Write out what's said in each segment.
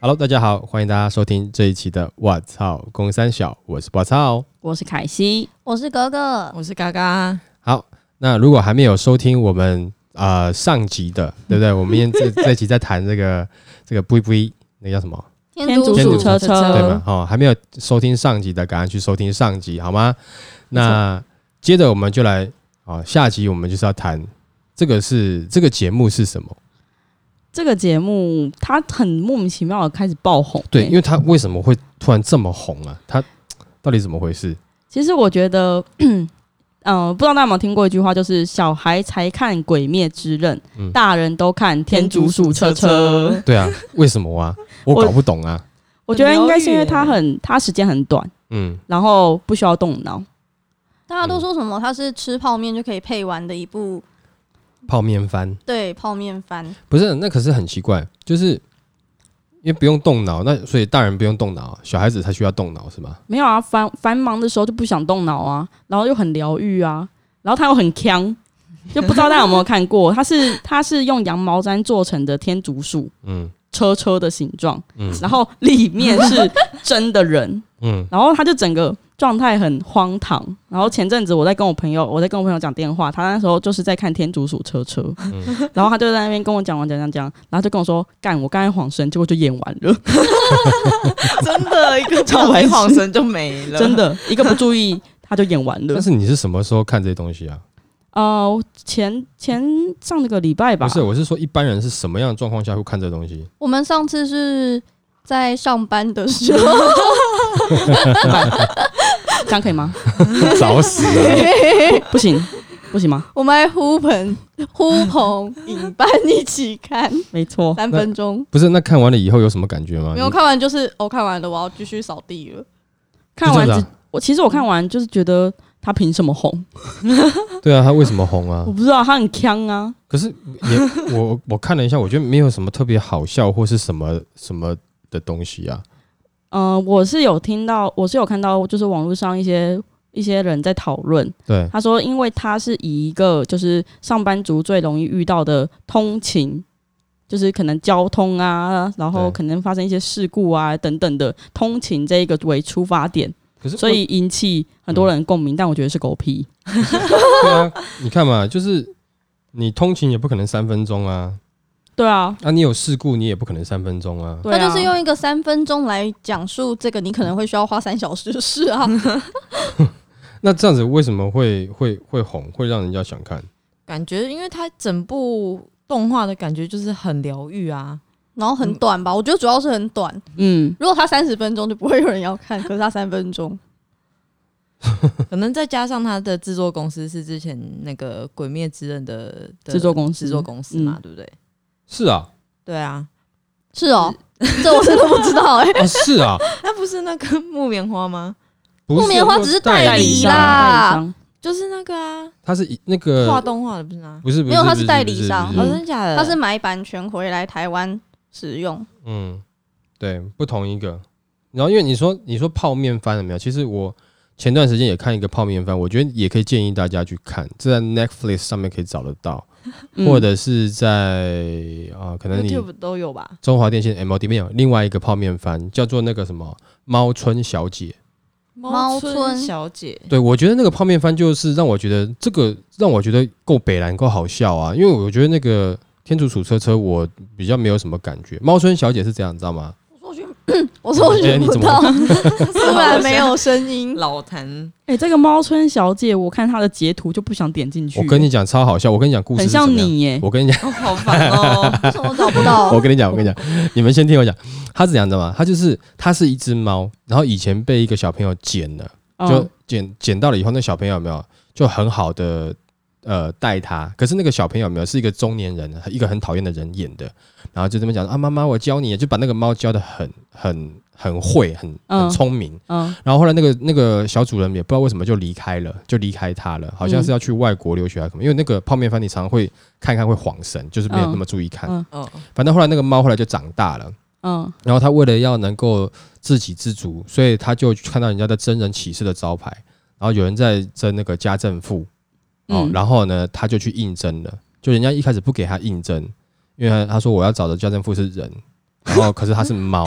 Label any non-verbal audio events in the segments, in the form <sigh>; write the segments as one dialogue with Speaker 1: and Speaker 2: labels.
Speaker 1: Hello，大家好，欢迎大家收听这一期的《我操公三小》，我是我操。
Speaker 2: 我是凯西，
Speaker 3: 我是格格，
Speaker 2: 我是嘎嘎，
Speaker 1: 好，那如果还没有收听我们呃上集的，对 <laughs> 不对？我们今天这这集在谈这个这个 “bui bui” 那个叫什么？
Speaker 3: 天
Speaker 1: 竺
Speaker 3: 竺
Speaker 1: 鼠
Speaker 3: 鼠
Speaker 1: 车
Speaker 2: 车
Speaker 1: 对
Speaker 2: 呃
Speaker 1: 吗？哦，还没有收听上集的，赶快去收听上集好吗？那接着我们就来啊、哦下集我们就是要谈这个是这个节目是什么？
Speaker 2: 这个节目它很莫名其妙的开始爆红、
Speaker 1: 对，
Speaker 2: 欸
Speaker 1: 因为它为什么会突然这么红啊？它到底怎么回事？
Speaker 2: 其实我觉得， <clears throat> 嗯、不知道大家有没有听过一句话，就是小孩才看《鬼灭之刃》
Speaker 1: 嗯
Speaker 2: 大人都看《天竺鼠车车》。
Speaker 1: 对啊，为什么啊？我
Speaker 2: 我
Speaker 1: 搞不懂啊。
Speaker 2: 我觉得应该是因为它很，它时间很短，
Speaker 1: 嗯，
Speaker 2: 然后不需要动脑。
Speaker 3: 大家都说什么？它是吃泡面就可以配完的一部
Speaker 1: 泡面番
Speaker 3: 对泡面番，
Speaker 1: 不是那可是很奇怪，就是因为不用动脑，那所以大人不用动脑，小孩子才需要动脑是吗？
Speaker 2: 没有啊，繁繁忙的时候就不想动脑啊，然后又很疗愈啊，然后它又很强，就不知道大家有没有看过，它是它是用羊毛毡做成的天竺鼠。
Speaker 1: 嗯
Speaker 2: 车车的形状，
Speaker 1: 嗯
Speaker 2: 然后里面是真的人，
Speaker 1: 嗯
Speaker 2: 然后他就整个状态很荒唐。然后前阵子我在跟我朋友，我在跟我朋友讲电话，他那时候就是在看《天竺鼠车车》然后他就在那边跟我讲完讲讲讲，然后就跟我说：“干，我刚才晃神，结果就演完了，
Speaker 4: 真的一个
Speaker 2: 超白痴
Speaker 4: 晃神就没了，
Speaker 2: 真。的，一个不注意他就演完了
Speaker 1: 但。是你是什么时候看这些东西啊？”
Speaker 2: 呃，前前上个礼拜吧
Speaker 1: 不，是，我是说一般人是什么样的状况下会看这东西？ <laughs>
Speaker 3: 我们上次是在上班的时 <laughs> 候，
Speaker 2: 这样可以吗？ <laughs>
Speaker 1: 找死了！
Speaker 2: 不行，不行吗？
Speaker 3: 我们还呼朋呼朋引伴一起 <laughs> 看
Speaker 2: 没错，
Speaker 3: 三分钟，
Speaker 1: 不是，那看完了以后有什么感觉吗？
Speaker 3: 没有看完就是我、哦、看完了，我要继续扫地了。
Speaker 2: 看完
Speaker 1: 就这样
Speaker 2: 只
Speaker 1: 子
Speaker 2: 我其实我看完就是觉得他凭什么红？
Speaker 1: 你对啊，他为什么红啊
Speaker 2: 我？不知道，他很呛啊。
Speaker 1: 可是也我我看了一下，我觉得没有什么特别好笑或是什么什么的东西啊。
Speaker 2: 嗯、我是有听到，我是有看到，就是网络上一些一些人在讨论，
Speaker 1: 对，
Speaker 2: 他说，因为他是以一个就是上班族最容易遇到的通勤，就是可能交通啊，然后
Speaker 1: 对
Speaker 2: 可能发生一些事故啊等等的通勤这一个为出发点，
Speaker 1: 可是
Speaker 2: 所以引起很
Speaker 1: 嗯
Speaker 2: 多人共鸣，但我觉得是狗屁。
Speaker 1: 对啊，你看嘛，就是你通勤也不可能三分钟啊，
Speaker 2: 对啊，
Speaker 1: 啊，你有事故你也不可能三分钟啊。
Speaker 2: 对啊，
Speaker 3: 他就是用一个三分钟来讲述这个你可能会需要花三小时的事 <laughs> 啊。
Speaker 1: 那这样子为什么会会会红，会让人家想看？
Speaker 4: 感觉因为它整部动画的感觉就是很疗愈啊，
Speaker 3: 然后很短吧，我觉得主要是很短。
Speaker 2: 嗯，
Speaker 3: 如果它三十分钟就不会有人要看，可是它三分钟，
Speaker 4: 可能再加上它的制作公司是之前那个《鬼灭之刃》的的
Speaker 2: 制作公司
Speaker 4: 制作公司嘛，
Speaker 2: 嗯
Speaker 4: 对不对？
Speaker 1: 是啊，
Speaker 4: 对啊，
Speaker 3: 是哦，这我真的不知道 <laughs> 哎、
Speaker 1: 啊是啊，
Speaker 4: 那不是那个木棉花吗？
Speaker 1: 不是
Speaker 3: 木棉花只是代
Speaker 2: 代理
Speaker 3: 理
Speaker 2: 商，
Speaker 3: 啦
Speaker 2: 代理商
Speaker 4: 就是那个啊，
Speaker 1: 啊它是一那
Speaker 4: 画
Speaker 1: 个动
Speaker 4: 动画的不是吗？
Speaker 1: 不是不是
Speaker 3: 没有它
Speaker 1: 不
Speaker 3: 是代理商
Speaker 1: 不
Speaker 4: 哦，
Speaker 1: 是不是
Speaker 4: 真的假的？
Speaker 3: 他是买版权回来台湾使 <laughs> 用。
Speaker 1: 嗯，对，不同一个。然后因为你说你说泡面番了没有？其实我前段时间也看一个泡面番，我觉得也可以建议大家去看，这在 Netflix 上面可以找得到，
Speaker 2: 嗯
Speaker 1: 或者是在啊、可能你
Speaker 4: YouTube 都有吧？
Speaker 1: 中华电信 MOD 没有另外一个泡面番叫做那个什么猫春小姐。
Speaker 3: 猫
Speaker 4: 村
Speaker 3: 村
Speaker 4: 小姐，
Speaker 1: <laughs> 对，我觉得那个泡面番就是让我觉得这个让我觉得够北蓝够好笑啊，因为我觉得那个天竺鼠车车我比较没有什么感觉。猫春小姐是这样，你知道吗？
Speaker 3: 我说我
Speaker 1: 哎
Speaker 3: 学
Speaker 1: 你
Speaker 3: 不
Speaker 1: 怎么
Speaker 3: 到，突然没有声音。
Speaker 4: 老谭
Speaker 2: 哎、这个猫村小姐，我看她的截图就不想点进去。
Speaker 1: 我跟你讲超好笑，我跟你讲故事
Speaker 2: 很
Speaker 1: 是怎
Speaker 2: 像
Speaker 1: 么样。
Speaker 2: 你耶、
Speaker 1: 我跟你讲，
Speaker 4: 哦好烦哦，
Speaker 3: <laughs> 为什么找不到？
Speaker 1: 我跟你讲，我跟你讲，你们先听我讲。 <laughs> 它是这样的嘛，它就是它是一只猫，然后以前被一个小朋友捡了，就
Speaker 2: 嗯
Speaker 1: 捡捡到了以后，那小朋友有没有就很好的呃带它？可是那个小朋友有没有是一个中年人，一个很讨厌的人演的，然后就这么讲啊，妈妈我教你，就把那个猫教的很很很会，很很
Speaker 2: 嗯
Speaker 1: 聪明。
Speaker 2: 嗯，
Speaker 1: 然后后来那个那个小主人也不知道为什么就离开了，就离开他了，好
Speaker 2: 嗯
Speaker 1: 像是要去外国留学还是什么。因为那个泡面番你常常会看看会晃神，就是没有那么注意看。
Speaker 2: 嗯
Speaker 4: <laughs> 哦，
Speaker 1: 反正后来那个猫后来就长大了，
Speaker 2: 嗯，
Speaker 1: 然后它为了要能够自给自足，所以它就看到人家的真人启事的招牌，然后有人在争那个家政妇，哦，
Speaker 2: 嗯
Speaker 1: 然后呢，他就去应征了。就人家一开始不给他应征，因为他他说我要找的家政妇是人，然后可是他是
Speaker 2: <laughs>
Speaker 1: 猫，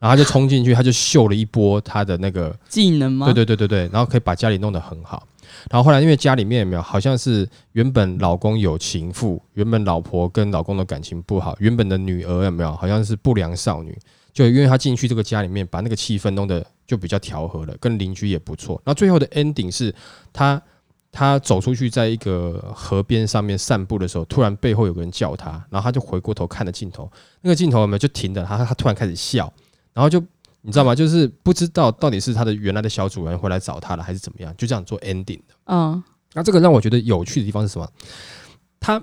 Speaker 1: 然后他就冲进去，他就秀了一波他的那个，
Speaker 2: 技能吗？
Speaker 1: 对对对对对，然后可以把家里弄得很好。然后后来因为家里面有没有，好像是原本老公有情妇，原本老婆跟老公的感情不好，原本的女儿有没有，好像是不良少女，就因为他进去这个家里面，把那个气氛弄得就比较调和了，跟邻居也不错。那最后的 ending 是他他走出去，在一个河边上面散步的时候，突然背后有个人叫他，然后他就回过头看了镜头，那个镜头有没有就停了，他他突然开始笑，然后就你知道吗？就是不知道到底是他的原来的小主人回来找他了，还是怎么样，就这样做 ending 的。
Speaker 2: 嗯，
Speaker 1: 那这个让我觉得有趣的地方是什么？他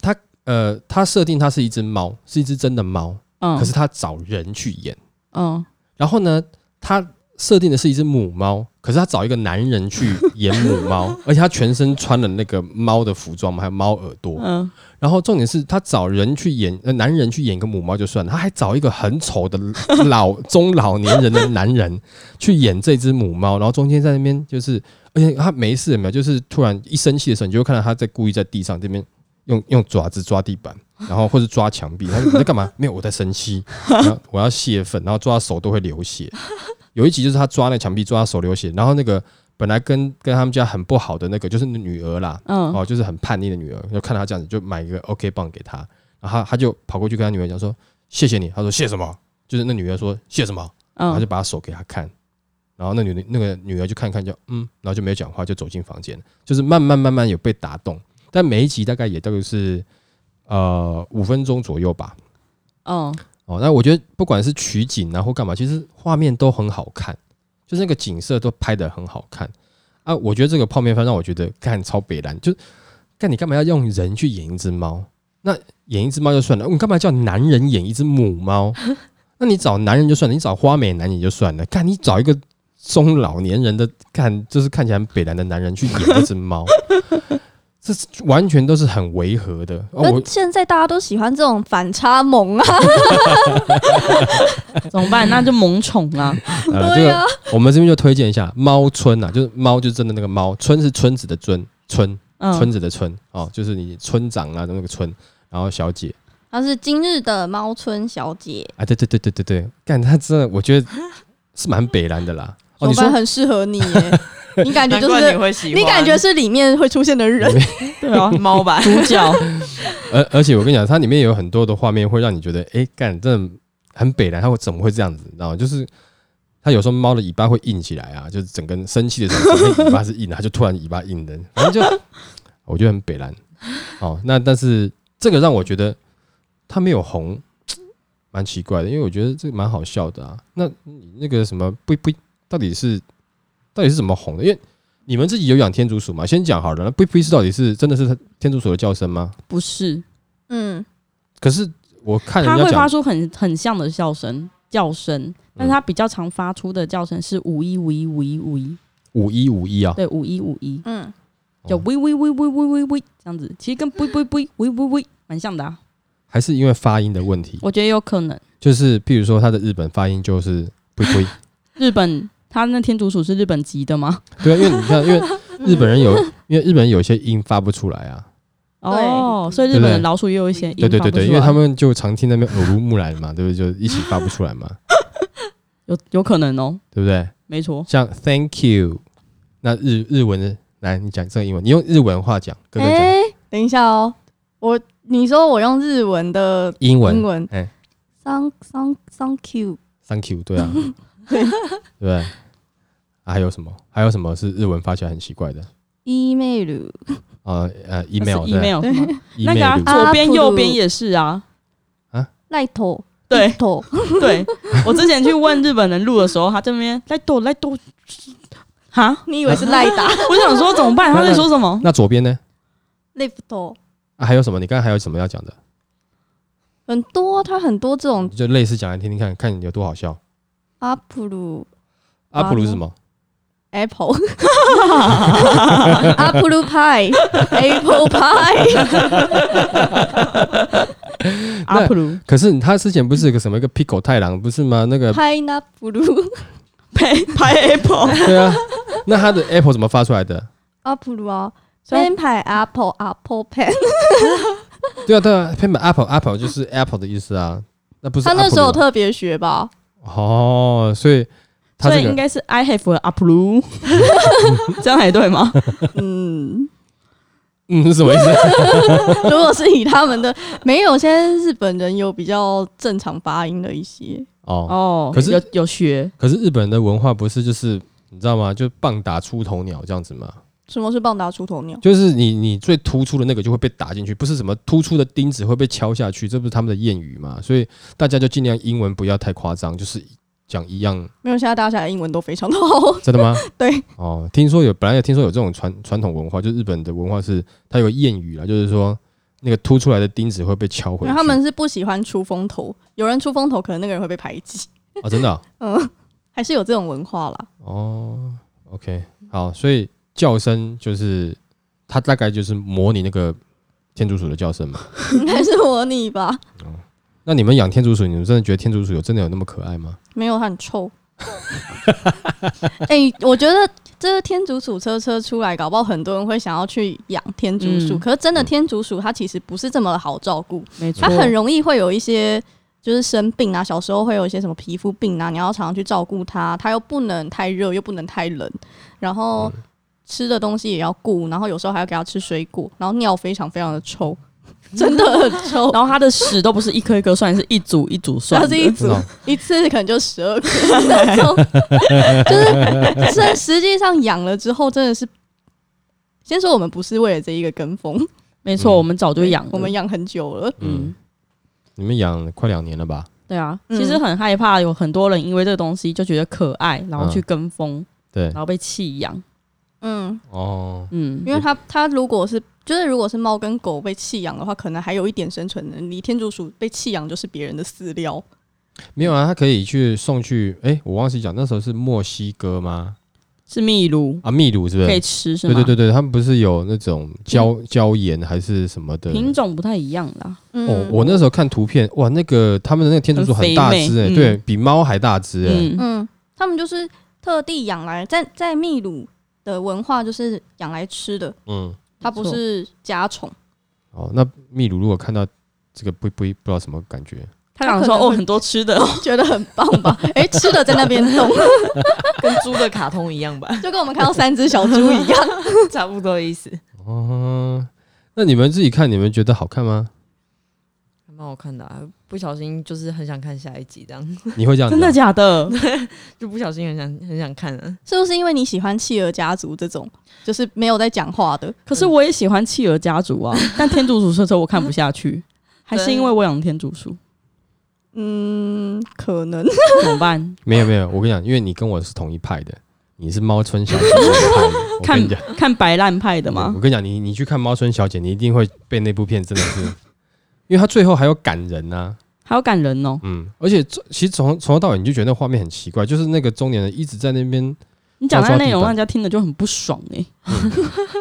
Speaker 1: 他呃，他设定它是一只猫，是一只真的猫，
Speaker 2: 嗯
Speaker 1: 可是他找人去演。
Speaker 2: 嗯
Speaker 1: 然后呢，他设定的是一只母猫，可是他找一个男人去演母猫，而且他全身穿了那个猫的服装嘛，还有猫耳朵。
Speaker 2: 嗯，
Speaker 1: 然后重点是他找人去演，呃，男人去演一个母猫就算了，他还找一个很丑的老中老年人的男人去演这只母猫，然后中间在那边就是，而且他没事有没有，就是突然一生气的时候，你就会看到他在故意在地上这边用用爪子抓地板，然后或是抓墙壁，他说你在干嘛？没有，我在生气，然后我要泄愤，然后抓到手都会流血。有一集就是他抓那墙壁，抓到手流血，然后那个本来跟跟他们家很不好的那个就是女儿啦，
Speaker 2: 嗯
Speaker 1: 哦，就是很叛逆的女儿，就看到她这样子，就买一个 OK 棒给她，然后她她就跑过去跟她女儿讲说：“谢谢你。”她说：“谢什么？”就是那女儿说：“谢什么？”然后她就
Speaker 2: 嗯，
Speaker 1: 把她手给她看，然后那女的那个女儿就看看就嗯，然后就没有讲话，就走进房间，就是慢慢慢慢有被打动，但每一集大概也大概是呃五分钟左右吧。
Speaker 2: 嗯，
Speaker 1: 哦，那我觉得不管是取景啊或干嘛，其实画面都很好看，就是那个景色都拍得很好看啊。我觉得这个泡面番让我觉得干超北蓝，就干你干嘛要用人去演一只猫？那演一只猫就算了，你干嘛叫男人演一只母猫？那你找男人就算了，你找花美男也就算了，干你找一个中老年人的干，就是看起来很北蓝的男人去演一只猫， <laughs> 这是完全都是很违和的。哦、我
Speaker 3: 那现在大家都喜欢这种反差萌啊，
Speaker 2: 怎么办？那就萌宠啦。
Speaker 1: 呃，这
Speaker 3: 对
Speaker 1: 个
Speaker 3: 啊，
Speaker 1: 我们这边就推荐一下猫村啊，就是猫就是真的那个猫，村是村子的村，村村
Speaker 2: 嗯，
Speaker 1: 子的村哦，就是你村长啊那个村，然后小姐
Speaker 3: 她是今日的猫村小姐，
Speaker 1: 啊，对对对对对对，干他真的我觉得是蛮北蓝的啦。哦，
Speaker 3: 怎
Speaker 1: 你
Speaker 3: 么
Speaker 1: 说
Speaker 3: 办？很适合你
Speaker 1: <laughs>
Speaker 3: 耶，你感觉
Speaker 4: 难
Speaker 3: 就
Speaker 4: 怪你
Speaker 3: 是
Speaker 4: 会喜欢，
Speaker 3: 你感觉是里面会出现的人，
Speaker 2: 对啊，
Speaker 4: 猫吧？
Speaker 2: 主角，
Speaker 1: <laughs> 而而且我跟你讲，它里面有很多的画面会让你觉得，哎、干真的很北蓝，它会怎么会这样子？你知道吗？就是它有时候猫的尾巴会硬起来啊，就是整根生气的时候，整个尾巴是硬的，它就突然尾巴硬的，反正就我觉得很北蓝。哦，那但是这个让我觉得它没有红，蛮奇怪的，因为我觉得这个蛮好笑的啊。那你那个什么不不，到底是到底是怎么红的？因为你们自己有养天竺鼠吗？先讲好了，那不不是到底是真的是它天竺鼠的叫声吗？
Speaker 2: 不是，
Speaker 3: 嗯，
Speaker 1: 可是我看
Speaker 2: 它
Speaker 1: 人
Speaker 2: 会
Speaker 1: 家讲，嗯
Speaker 2: 发出很很像的笑声，叫声，但是它比较常发出的叫声是五一五一五一五一，
Speaker 1: 五一五一啊，
Speaker 2: 对，五一五一，
Speaker 3: 嗯，
Speaker 2: 就
Speaker 1: 哦
Speaker 2: 喂喂喂喂喂喂喂这样子，其实跟喂喂喂喂喂喂蛮像的啊，
Speaker 1: 还是因为发音的问题？
Speaker 2: 我觉得有可能。
Speaker 1: 就是譬如说，它的日本发音就是“呸
Speaker 2: <laughs>
Speaker 1: 呸
Speaker 2: 日本，它那天竺鼠是日本籍的吗？”，
Speaker 1: 对啊，因为你看，因为
Speaker 2: 嗯
Speaker 1: 日本人有，因为日本人有些音发不出来啊，
Speaker 2: 哦，所以日
Speaker 1: 对
Speaker 2: 本
Speaker 1: 不对
Speaker 2: 的老鼠也有一些
Speaker 1: 对
Speaker 2: 音
Speaker 1: 对
Speaker 2: 发
Speaker 1: 对
Speaker 2: 不出来
Speaker 1: 对，因为他们就常听那边耳濡目染嘛，对不对？就一起发不出来
Speaker 2: <laughs>
Speaker 1: 嘛，
Speaker 2: 有有可能哦，
Speaker 1: 对不对？
Speaker 2: 没错。
Speaker 1: 像 “thank you”，那日日文的，来你讲这个英文，你用日文话讲，跟着讲
Speaker 3: 哎，等一下哦，我你说我用日文的
Speaker 1: 英文
Speaker 3: 英文
Speaker 1: 哎
Speaker 3: ，thank thank thank you，
Speaker 1: ，“thank you”，对啊，
Speaker 2: <laughs>
Speaker 1: 对不对？啊还有什么？还有什么是日文发起来很奇怪的？
Speaker 3: email，
Speaker 1: 呃呃
Speaker 2: 那是
Speaker 1: ，email 对不对
Speaker 2: email
Speaker 1: <laughs>
Speaker 2: 是吗那个啊
Speaker 1: email
Speaker 2: 左边
Speaker 3: 啊
Speaker 2: 右边也是啊，
Speaker 3: 赖头，
Speaker 1: <laughs>
Speaker 2: 对
Speaker 3: 头，
Speaker 2: 对。我之前去问日本人录的时候，他这边来抖来抖，哈，
Speaker 3: 你以为是赖 <laughs> 打
Speaker 2: 我想说怎么办？他在说什么？
Speaker 1: 那左边呢？
Speaker 3: ，left，
Speaker 1: 啊，还有什么？你刚才还有什么要讲的？
Speaker 3: 很多，它很多这种
Speaker 1: 就类似讲来听听看，看你有多好笑。
Speaker 3: up。
Speaker 1: 阿普鲁是什么？
Speaker 3: Apple，Apple Pie，Apple Pie，
Speaker 1: <laughs>
Speaker 2: 阿普鲁
Speaker 1: 可是他之前不是有个什么一个 Pico 太郎不是吗？那
Speaker 2: <laughs>
Speaker 1: 个
Speaker 3: Pineapple，
Speaker 2: 拍拍 Apple， <laughs>
Speaker 1: 对啊，那他的 Apple 怎么发出来的？
Speaker 3: Apple 啊，
Speaker 2: 所以
Speaker 3: pen 牌 apple apple pen，
Speaker 1: 对啊，对啊，偏本 Apple Apple 就是 Apple 的意思啊，那不是
Speaker 3: 他那
Speaker 1: Apple
Speaker 3: 时候有
Speaker 1: 吗
Speaker 3: 特别学吧？
Speaker 1: 哦，所以他
Speaker 2: 所以
Speaker 1: 这
Speaker 2: 应
Speaker 1: 个
Speaker 2: 该是 I have a approve，这样还对吗？
Speaker 3: 嗯，
Speaker 1: <laughs> 嗯是什么意
Speaker 2: <laughs>
Speaker 1: 思？
Speaker 3: 如果是以他们的没有，现在日本人有比较正常发音的一些，
Speaker 1: 哦，
Speaker 2: 哦，
Speaker 1: 可是
Speaker 2: 有有学
Speaker 1: 可是日本人的文化不是就是你知道吗？就棒打出头鸟这样子吗？
Speaker 3: 什么是棒打出头鸟？
Speaker 1: 就是你你最突出的那个就会被打进去，不是什么突出的钉子会被敲下去，这不是他们的谚语嘛？所以大家就尽量英文不要太夸张，就是讲一样，
Speaker 3: 没有，现在大家的英文都非常的好。
Speaker 1: 真的吗？
Speaker 3: 对，
Speaker 1: 哦，听说有本来有听说有这种传传统文化，就日本的文化是它有个谚语啦，就是说那个凸出来的钉子会被敲回去。
Speaker 3: 因为他们是不喜欢出风头，有人出风头，可能那个人会被排挤。
Speaker 1: 啊，真的啊、
Speaker 3: 嗯，还是有这种文化啦。
Speaker 1: 哦，OK，好，所以叫声就是它大概就是模拟那个天竺鼠的叫声嘛。
Speaker 3: 应该是模拟吧？
Speaker 1: 那你们养天竺鼠，你们真的觉得天竺鼠有真的有那么可爱吗？
Speaker 3: 没有，它很臭。 <laughs> 哎、我觉得这个天竺鼠车车出来，搞不好很多人会想要去养天竺鼠。
Speaker 2: 嗯
Speaker 3: 可是真的
Speaker 1: 嗯
Speaker 3: 天竺鼠，它其实不是这么的好照顾，
Speaker 2: 没错，
Speaker 3: 它嗯很容易会有一些就是生病啊，小时候会有一些什么皮肤病啊，你要常常去照顾它，它又不能太热，又不能太冷，然后吃的东西也要顾，然后有时候还要给它吃水果，然后尿非常非常的臭，真的很臭。
Speaker 2: 然后它的屎都不是一颗一颗算，是一组一组算
Speaker 3: 它
Speaker 2: 的，
Speaker 3: 是一
Speaker 1: 真
Speaker 3: 组
Speaker 1: 的哦
Speaker 3: 一次可能就十二个那种，就是是实际上养了之后真的是，先说我们不是为了这一个跟风，
Speaker 2: 没错，
Speaker 1: 嗯
Speaker 2: 我们早就养了，
Speaker 3: 我们养很久了，
Speaker 1: 嗯
Speaker 2: 嗯，
Speaker 1: 你们养了快两年了吧？
Speaker 2: 对啊，
Speaker 3: 嗯
Speaker 2: 其实很害怕，有很多人因为这个东西就觉得可爱，然后去跟风，
Speaker 1: 对
Speaker 2: 然，后被弃养，
Speaker 3: 嗯，
Speaker 1: 哦，
Speaker 2: 嗯，
Speaker 3: 因为它它如果是就是如果是猫跟狗被弃养的话，可能还有一点生存能力，天竺鼠被弃养就是别人的饲料，
Speaker 1: 没有啊，它可以去送去，哎、我忘记讲，那时候是墨西哥吗？
Speaker 2: 是秘鲁
Speaker 1: 啊，秘鲁是不
Speaker 2: 可以
Speaker 1: 是？
Speaker 2: 吃是
Speaker 1: 对
Speaker 2: 吗？嗯
Speaker 1: 对对对，他们不是有那种椒椒盐还是什么的
Speaker 2: 品种不太一样啦，
Speaker 1: 哦，我那时候看图片，哇，那个他们的那个天竺鼠
Speaker 2: 很肥
Speaker 1: 很大
Speaker 2: 美
Speaker 1: 只哎、
Speaker 2: 嗯
Speaker 1: 对比猫还大只哎、
Speaker 2: 嗯，
Speaker 3: 嗯，他们就是特地养来在在秘鲁的文化就是养来吃的，
Speaker 1: 嗯，
Speaker 3: 它不
Speaker 2: 没错
Speaker 3: 是家宠。
Speaker 1: 哦，那秘鲁如果看到这个不不不知道什么感觉，
Speaker 2: 他想
Speaker 3: 它
Speaker 2: 说
Speaker 3: 可能
Speaker 2: 哦，
Speaker 3: 会
Speaker 2: 很多吃的，
Speaker 3: 觉得很棒吧？
Speaker 2: <laughs>
Speaker 3: 哎、吃的在那边动，
Speaker 4: <laughs> 跟猪的卡通一样吧，
Speaker 3: <laughs> 就跟我们看到三只小猪一样。 <laughs>
Speaker 4: 差不多意思，
Speaker 1: 哦，那你们自己看，你们觉得好看吗？
Speaker 4: 还蛮好看的、啊。不小心就是很想看下一集，这样 <laughs>
Speaker 1: 你会这样子
Speaker 2: 真
Speaker 1: 啊、
Speaker 2: 的假的？
Speaker 4: 就不小心很想很想看啊。
Speaker 3: 是不是因为你喜欢企鹅家族这种，就是没有在讲话的？
Speaker 2: 可是我也喜欢企鹅家族啊， <laughs> 但天竺鼠车车我看不下去，还是因为我养天竺鼠，
Speaker 3: 嗯，可能 <laughs>
Speaker 2: 怎么办？ <laughs>
Speaker 1: 没有没有，我跟你讲，因为你跟我是同一派的，你是猫村小姐那一派的，我跟你
Speaker 2: 看
Speaker 1: 讲。
Speaker 2: 看白烂派的
Speaker 1: 我
Speaker 2: 吗？
Speaker 1: 我跟你讲，你你去看《猫村小姐》，你一定会被那部片真的是，因为它最后还有感人呐、
Speaker 2: 还有感人哦，
Speaker 1: 嗯，而且这其实从从头到尾你就觉得那画面很奇怪，就是那个中年人一直在那边，
Speaker 2: 你讲
Speaker 1: 抓
Speaker 2: 的
Speaker 1: 抓
Speaker 2: 内容
Speaker 1: 地板
Speaker 2: 让人家听了就很不爽哎、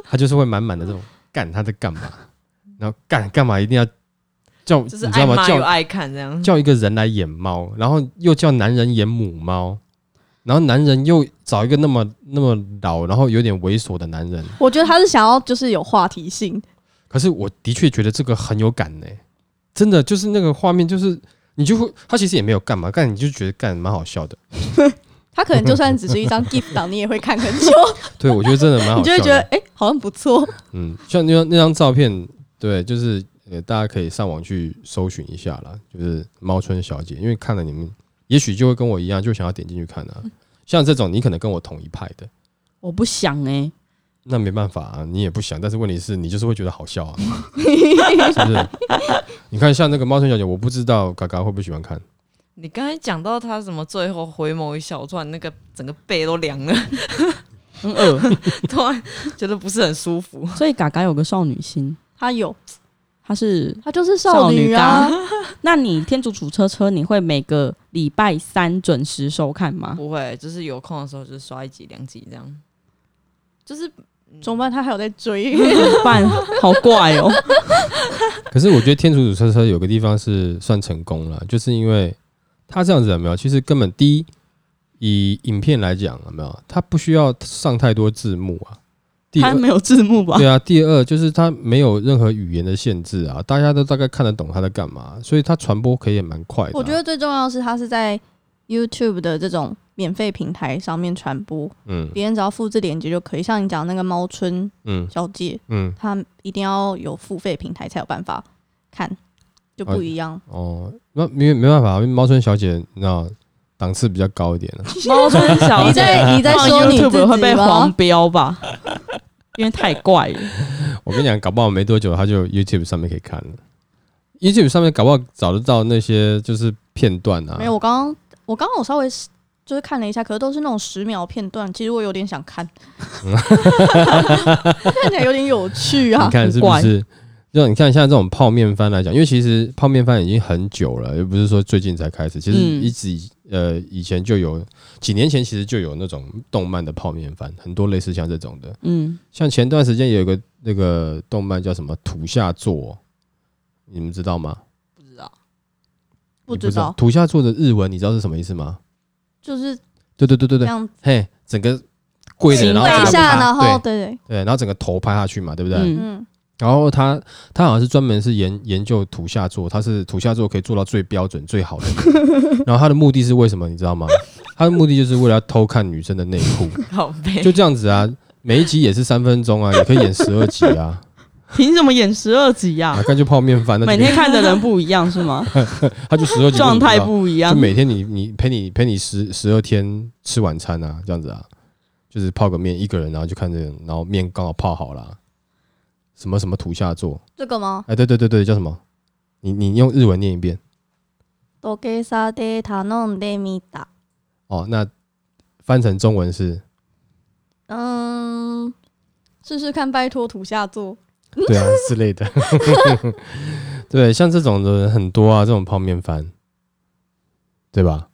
Speaker 1: 他就是会满满的这种干他在干嘛，然后干干嘛一定要叫
Speaker 4: 就是
Speaker 1: 你知道
Speaker 4: 爱
Speaker 1: 吗？
Speaker 4: 骂又
Speaker 1: 叫
Speaker 4: 爱看这样，
Speaker 1: 叫一个人来演猫，然后又叫男人演母猫，然后男人又找一个那么那么老，然后有点猥琐的男人，
Speaker 3: 我觉得他是想要就是有话题性，
Speaker 1: 可是我的确觉得这个很有感呢、真的就是那个画面，就是你就会他其实也没有干嘛，但你就觉得干蛮好笑的。
Speaker 3: 他可能就算只是一张 GIF 档，你也会看很久，
Speaker 1: 对，我觉得真的蛮好笑的。
Speaker 3: <laughs> 你就会觉得哎、诶好像不错。
Speaker 1: 嗯，像那张那张照片，对，就是呃，大家可以上网去搜寻一下啦，就是猫村小姐，因为看了你们，也许就会跟我一样，就想要点进去看啊。
Speaker 3: 嗯
Speaker 1: 像这种你可能跟我同一派的，
Speaker 2: 我不想哎、
Speaker 1: 那没办法啊，你也不想，但是问题是你就是会觉得好笑
Speaker 3: <laughs>
Speaker 1: 啊，是不是？你看像那个猫村小姐，我不知道嘎嘎会不会喜欢看。
Speaker 4: 你刚才讲到他什么最后回眸一笑，我突然那个整个背都凉了， <laughs>
Speaker 2: 很恶，
Speaker 4: 突然觉得不是很舒服。
Speaker 2: 所以嘎嘎有个少女心，
Speaker 3: 他有，
Speaker 2: 她是
Speaker 3: 他就是少女啊
Speaker 2: 少， <laughs> 那你天竺鼠车车，你会每个礼拜三准时收看吗？
Speaker 4: 不会，就是有空的时候就刷一集两集这样，就是
Speaker 3: <laughs> 怎么办？他还有在追，
Speaker 2: <laughs> 怎么办？好怪 <laughs> 哦、
Speaker 1: 可是我觉得天竺鼠车车有个地方是算成功了，就是因为它这样子有没有？其实根本第一，以影片来讲有没有？它不需要上太多字幕啊，第
Speaker 2: 它
Speaker 1: 二，
Speaker 2: 没有字幕吧？
Speaker 1: 对啊，第二就是它没有任何语言的限制啊，大家都大概看得懂它在干嘛，所以它传播可以也蛮快的啊、
Speaker 3: 我觉得最重要的是，它是在 YouTube 的这种免费平台上面传播，
Speaker 1: 嗯
Speaker 3: 别人只要复制链接就可以。像你讲那个猫村
Speaker 1: 嗯
Speaker 3: 小姐，
Speaker 1: 嗯，
Speaker 3: 她一定要有付费平台才有办法看，就不一样。
Speaker 1: 哦，那没没办法，因为猫村小姐那档次比较高一点啊。
Speaker 2: 猫村小姐
Speaker 3: 你在你在
Speaker 2: 放
Speaker 3: 说你自
Speaker 2: YouTube
Speaker 3: 己
Speaker 2: 会被黄
Speaker 3: 吗？
Speaker 2: 标吧？因为太怪了，
Speaker 1: 我跟你讲，搞不好没多久他就 YouTube 上面可以看了。YouTube 上面搞不好找得到那些就是片段啊。
Speaker 3: 没有，，我刚刚我刚刚我稍微就是看了一下，可是都是那种十秒片段，其实我有点想看，看起来有点有趣啊
Speaker 1: 你。看是
Speaker 2: 很
Speaker 1: 不
Speaker 2: 怪
Speaker 1: 是？就你看像这种泡面番来讲，因为其实泡面番已经很久了，又不是说最近才开始，其实
Speaker 2: 嗯
Speaker 1: 一直以、呃以前就有，几年前其实就有那种动漫的泡面番，很多类似像这种的。
Speaker 2: 嗯，
Speaker 1: 像前段时间有一个那个动漫叫什么《土下座》，你们知道吗？
Speaker 4: 不知道，
Speaker 3: 不
Speaker 1: 你
Speaker 3: 知道，
Speaker 1: 土下座的日文你知道是什么意思吗？
Speaker 3: 就是
Speaker 1: 对对对对
Speaker 3: 这
Speaker 1: 对，
Speaker 3: 样
Speaker 1: 嘿，整个跪着，
Speaker 2: 行
Speaker 1: 然后
Speaker 3: 跪
Speaker 1: 整个
Speaker 3: 下，
Speaker 1: 趴
Speaker 3: 然后
Speaker 1: 对
Speaker 3: 啊对对，
Speaker 1: 对，然后整个头拍下去嘛，对不对？啊
Speaker 2: 嗯
Speaker 3: 嗯，
Speaker 1: 然后他他好像是专门是研研究土下座，他是土下座可以做到最标准最
Speaker 2: <laughs>
Speaker 1: 好的人。然后他的目的是为什么？你知道吗？他的目的就是为了要偷看女生的内
Speaker 2: <laughs>
Speaker 1: 裤，
Speaker 4: 好悲
Speaker 1: 就这样子啊。每一集也是三分钟啊，也可以演十二集
Speaker 2: <laughs>
Speaker 1: 啊，
Speaker 2: 凭什么演十二集呀
Speaker 1: 啊，？干脆泡面番，那就
Speaker 2: 每天看的人不一样
Speaker 1: <laughs>
Speaker 2: 是吗？
Speaker 1: 他就啊十二集
Speaker 2: 状态
Speaker 1: 就不
Speaker 2: 不一
Speaker 1: 知道，
Speaker 2: 样
Speaker 1: 就，每天你你陪你陪你十十二天吃晚餐啊，这样子啊，就是泡个面一个人，然后就看这个，然后面刚好泡好了，啊什么什么土下座，
Speaker 3: 这个吗？
Speaker 1: 哎，对对对对，叫什么？你你用日文念一遍。
Speaker 3: 都给萨德塔弄得米达，
Speaker 1: 哦，那翻成中文是，
Speaker 3: 嗯，试试看，拜托土下座。
Speaker 1: 对啊之类的。 <laughs> 对，像这种的人很多啊，这种泡面番，对吧？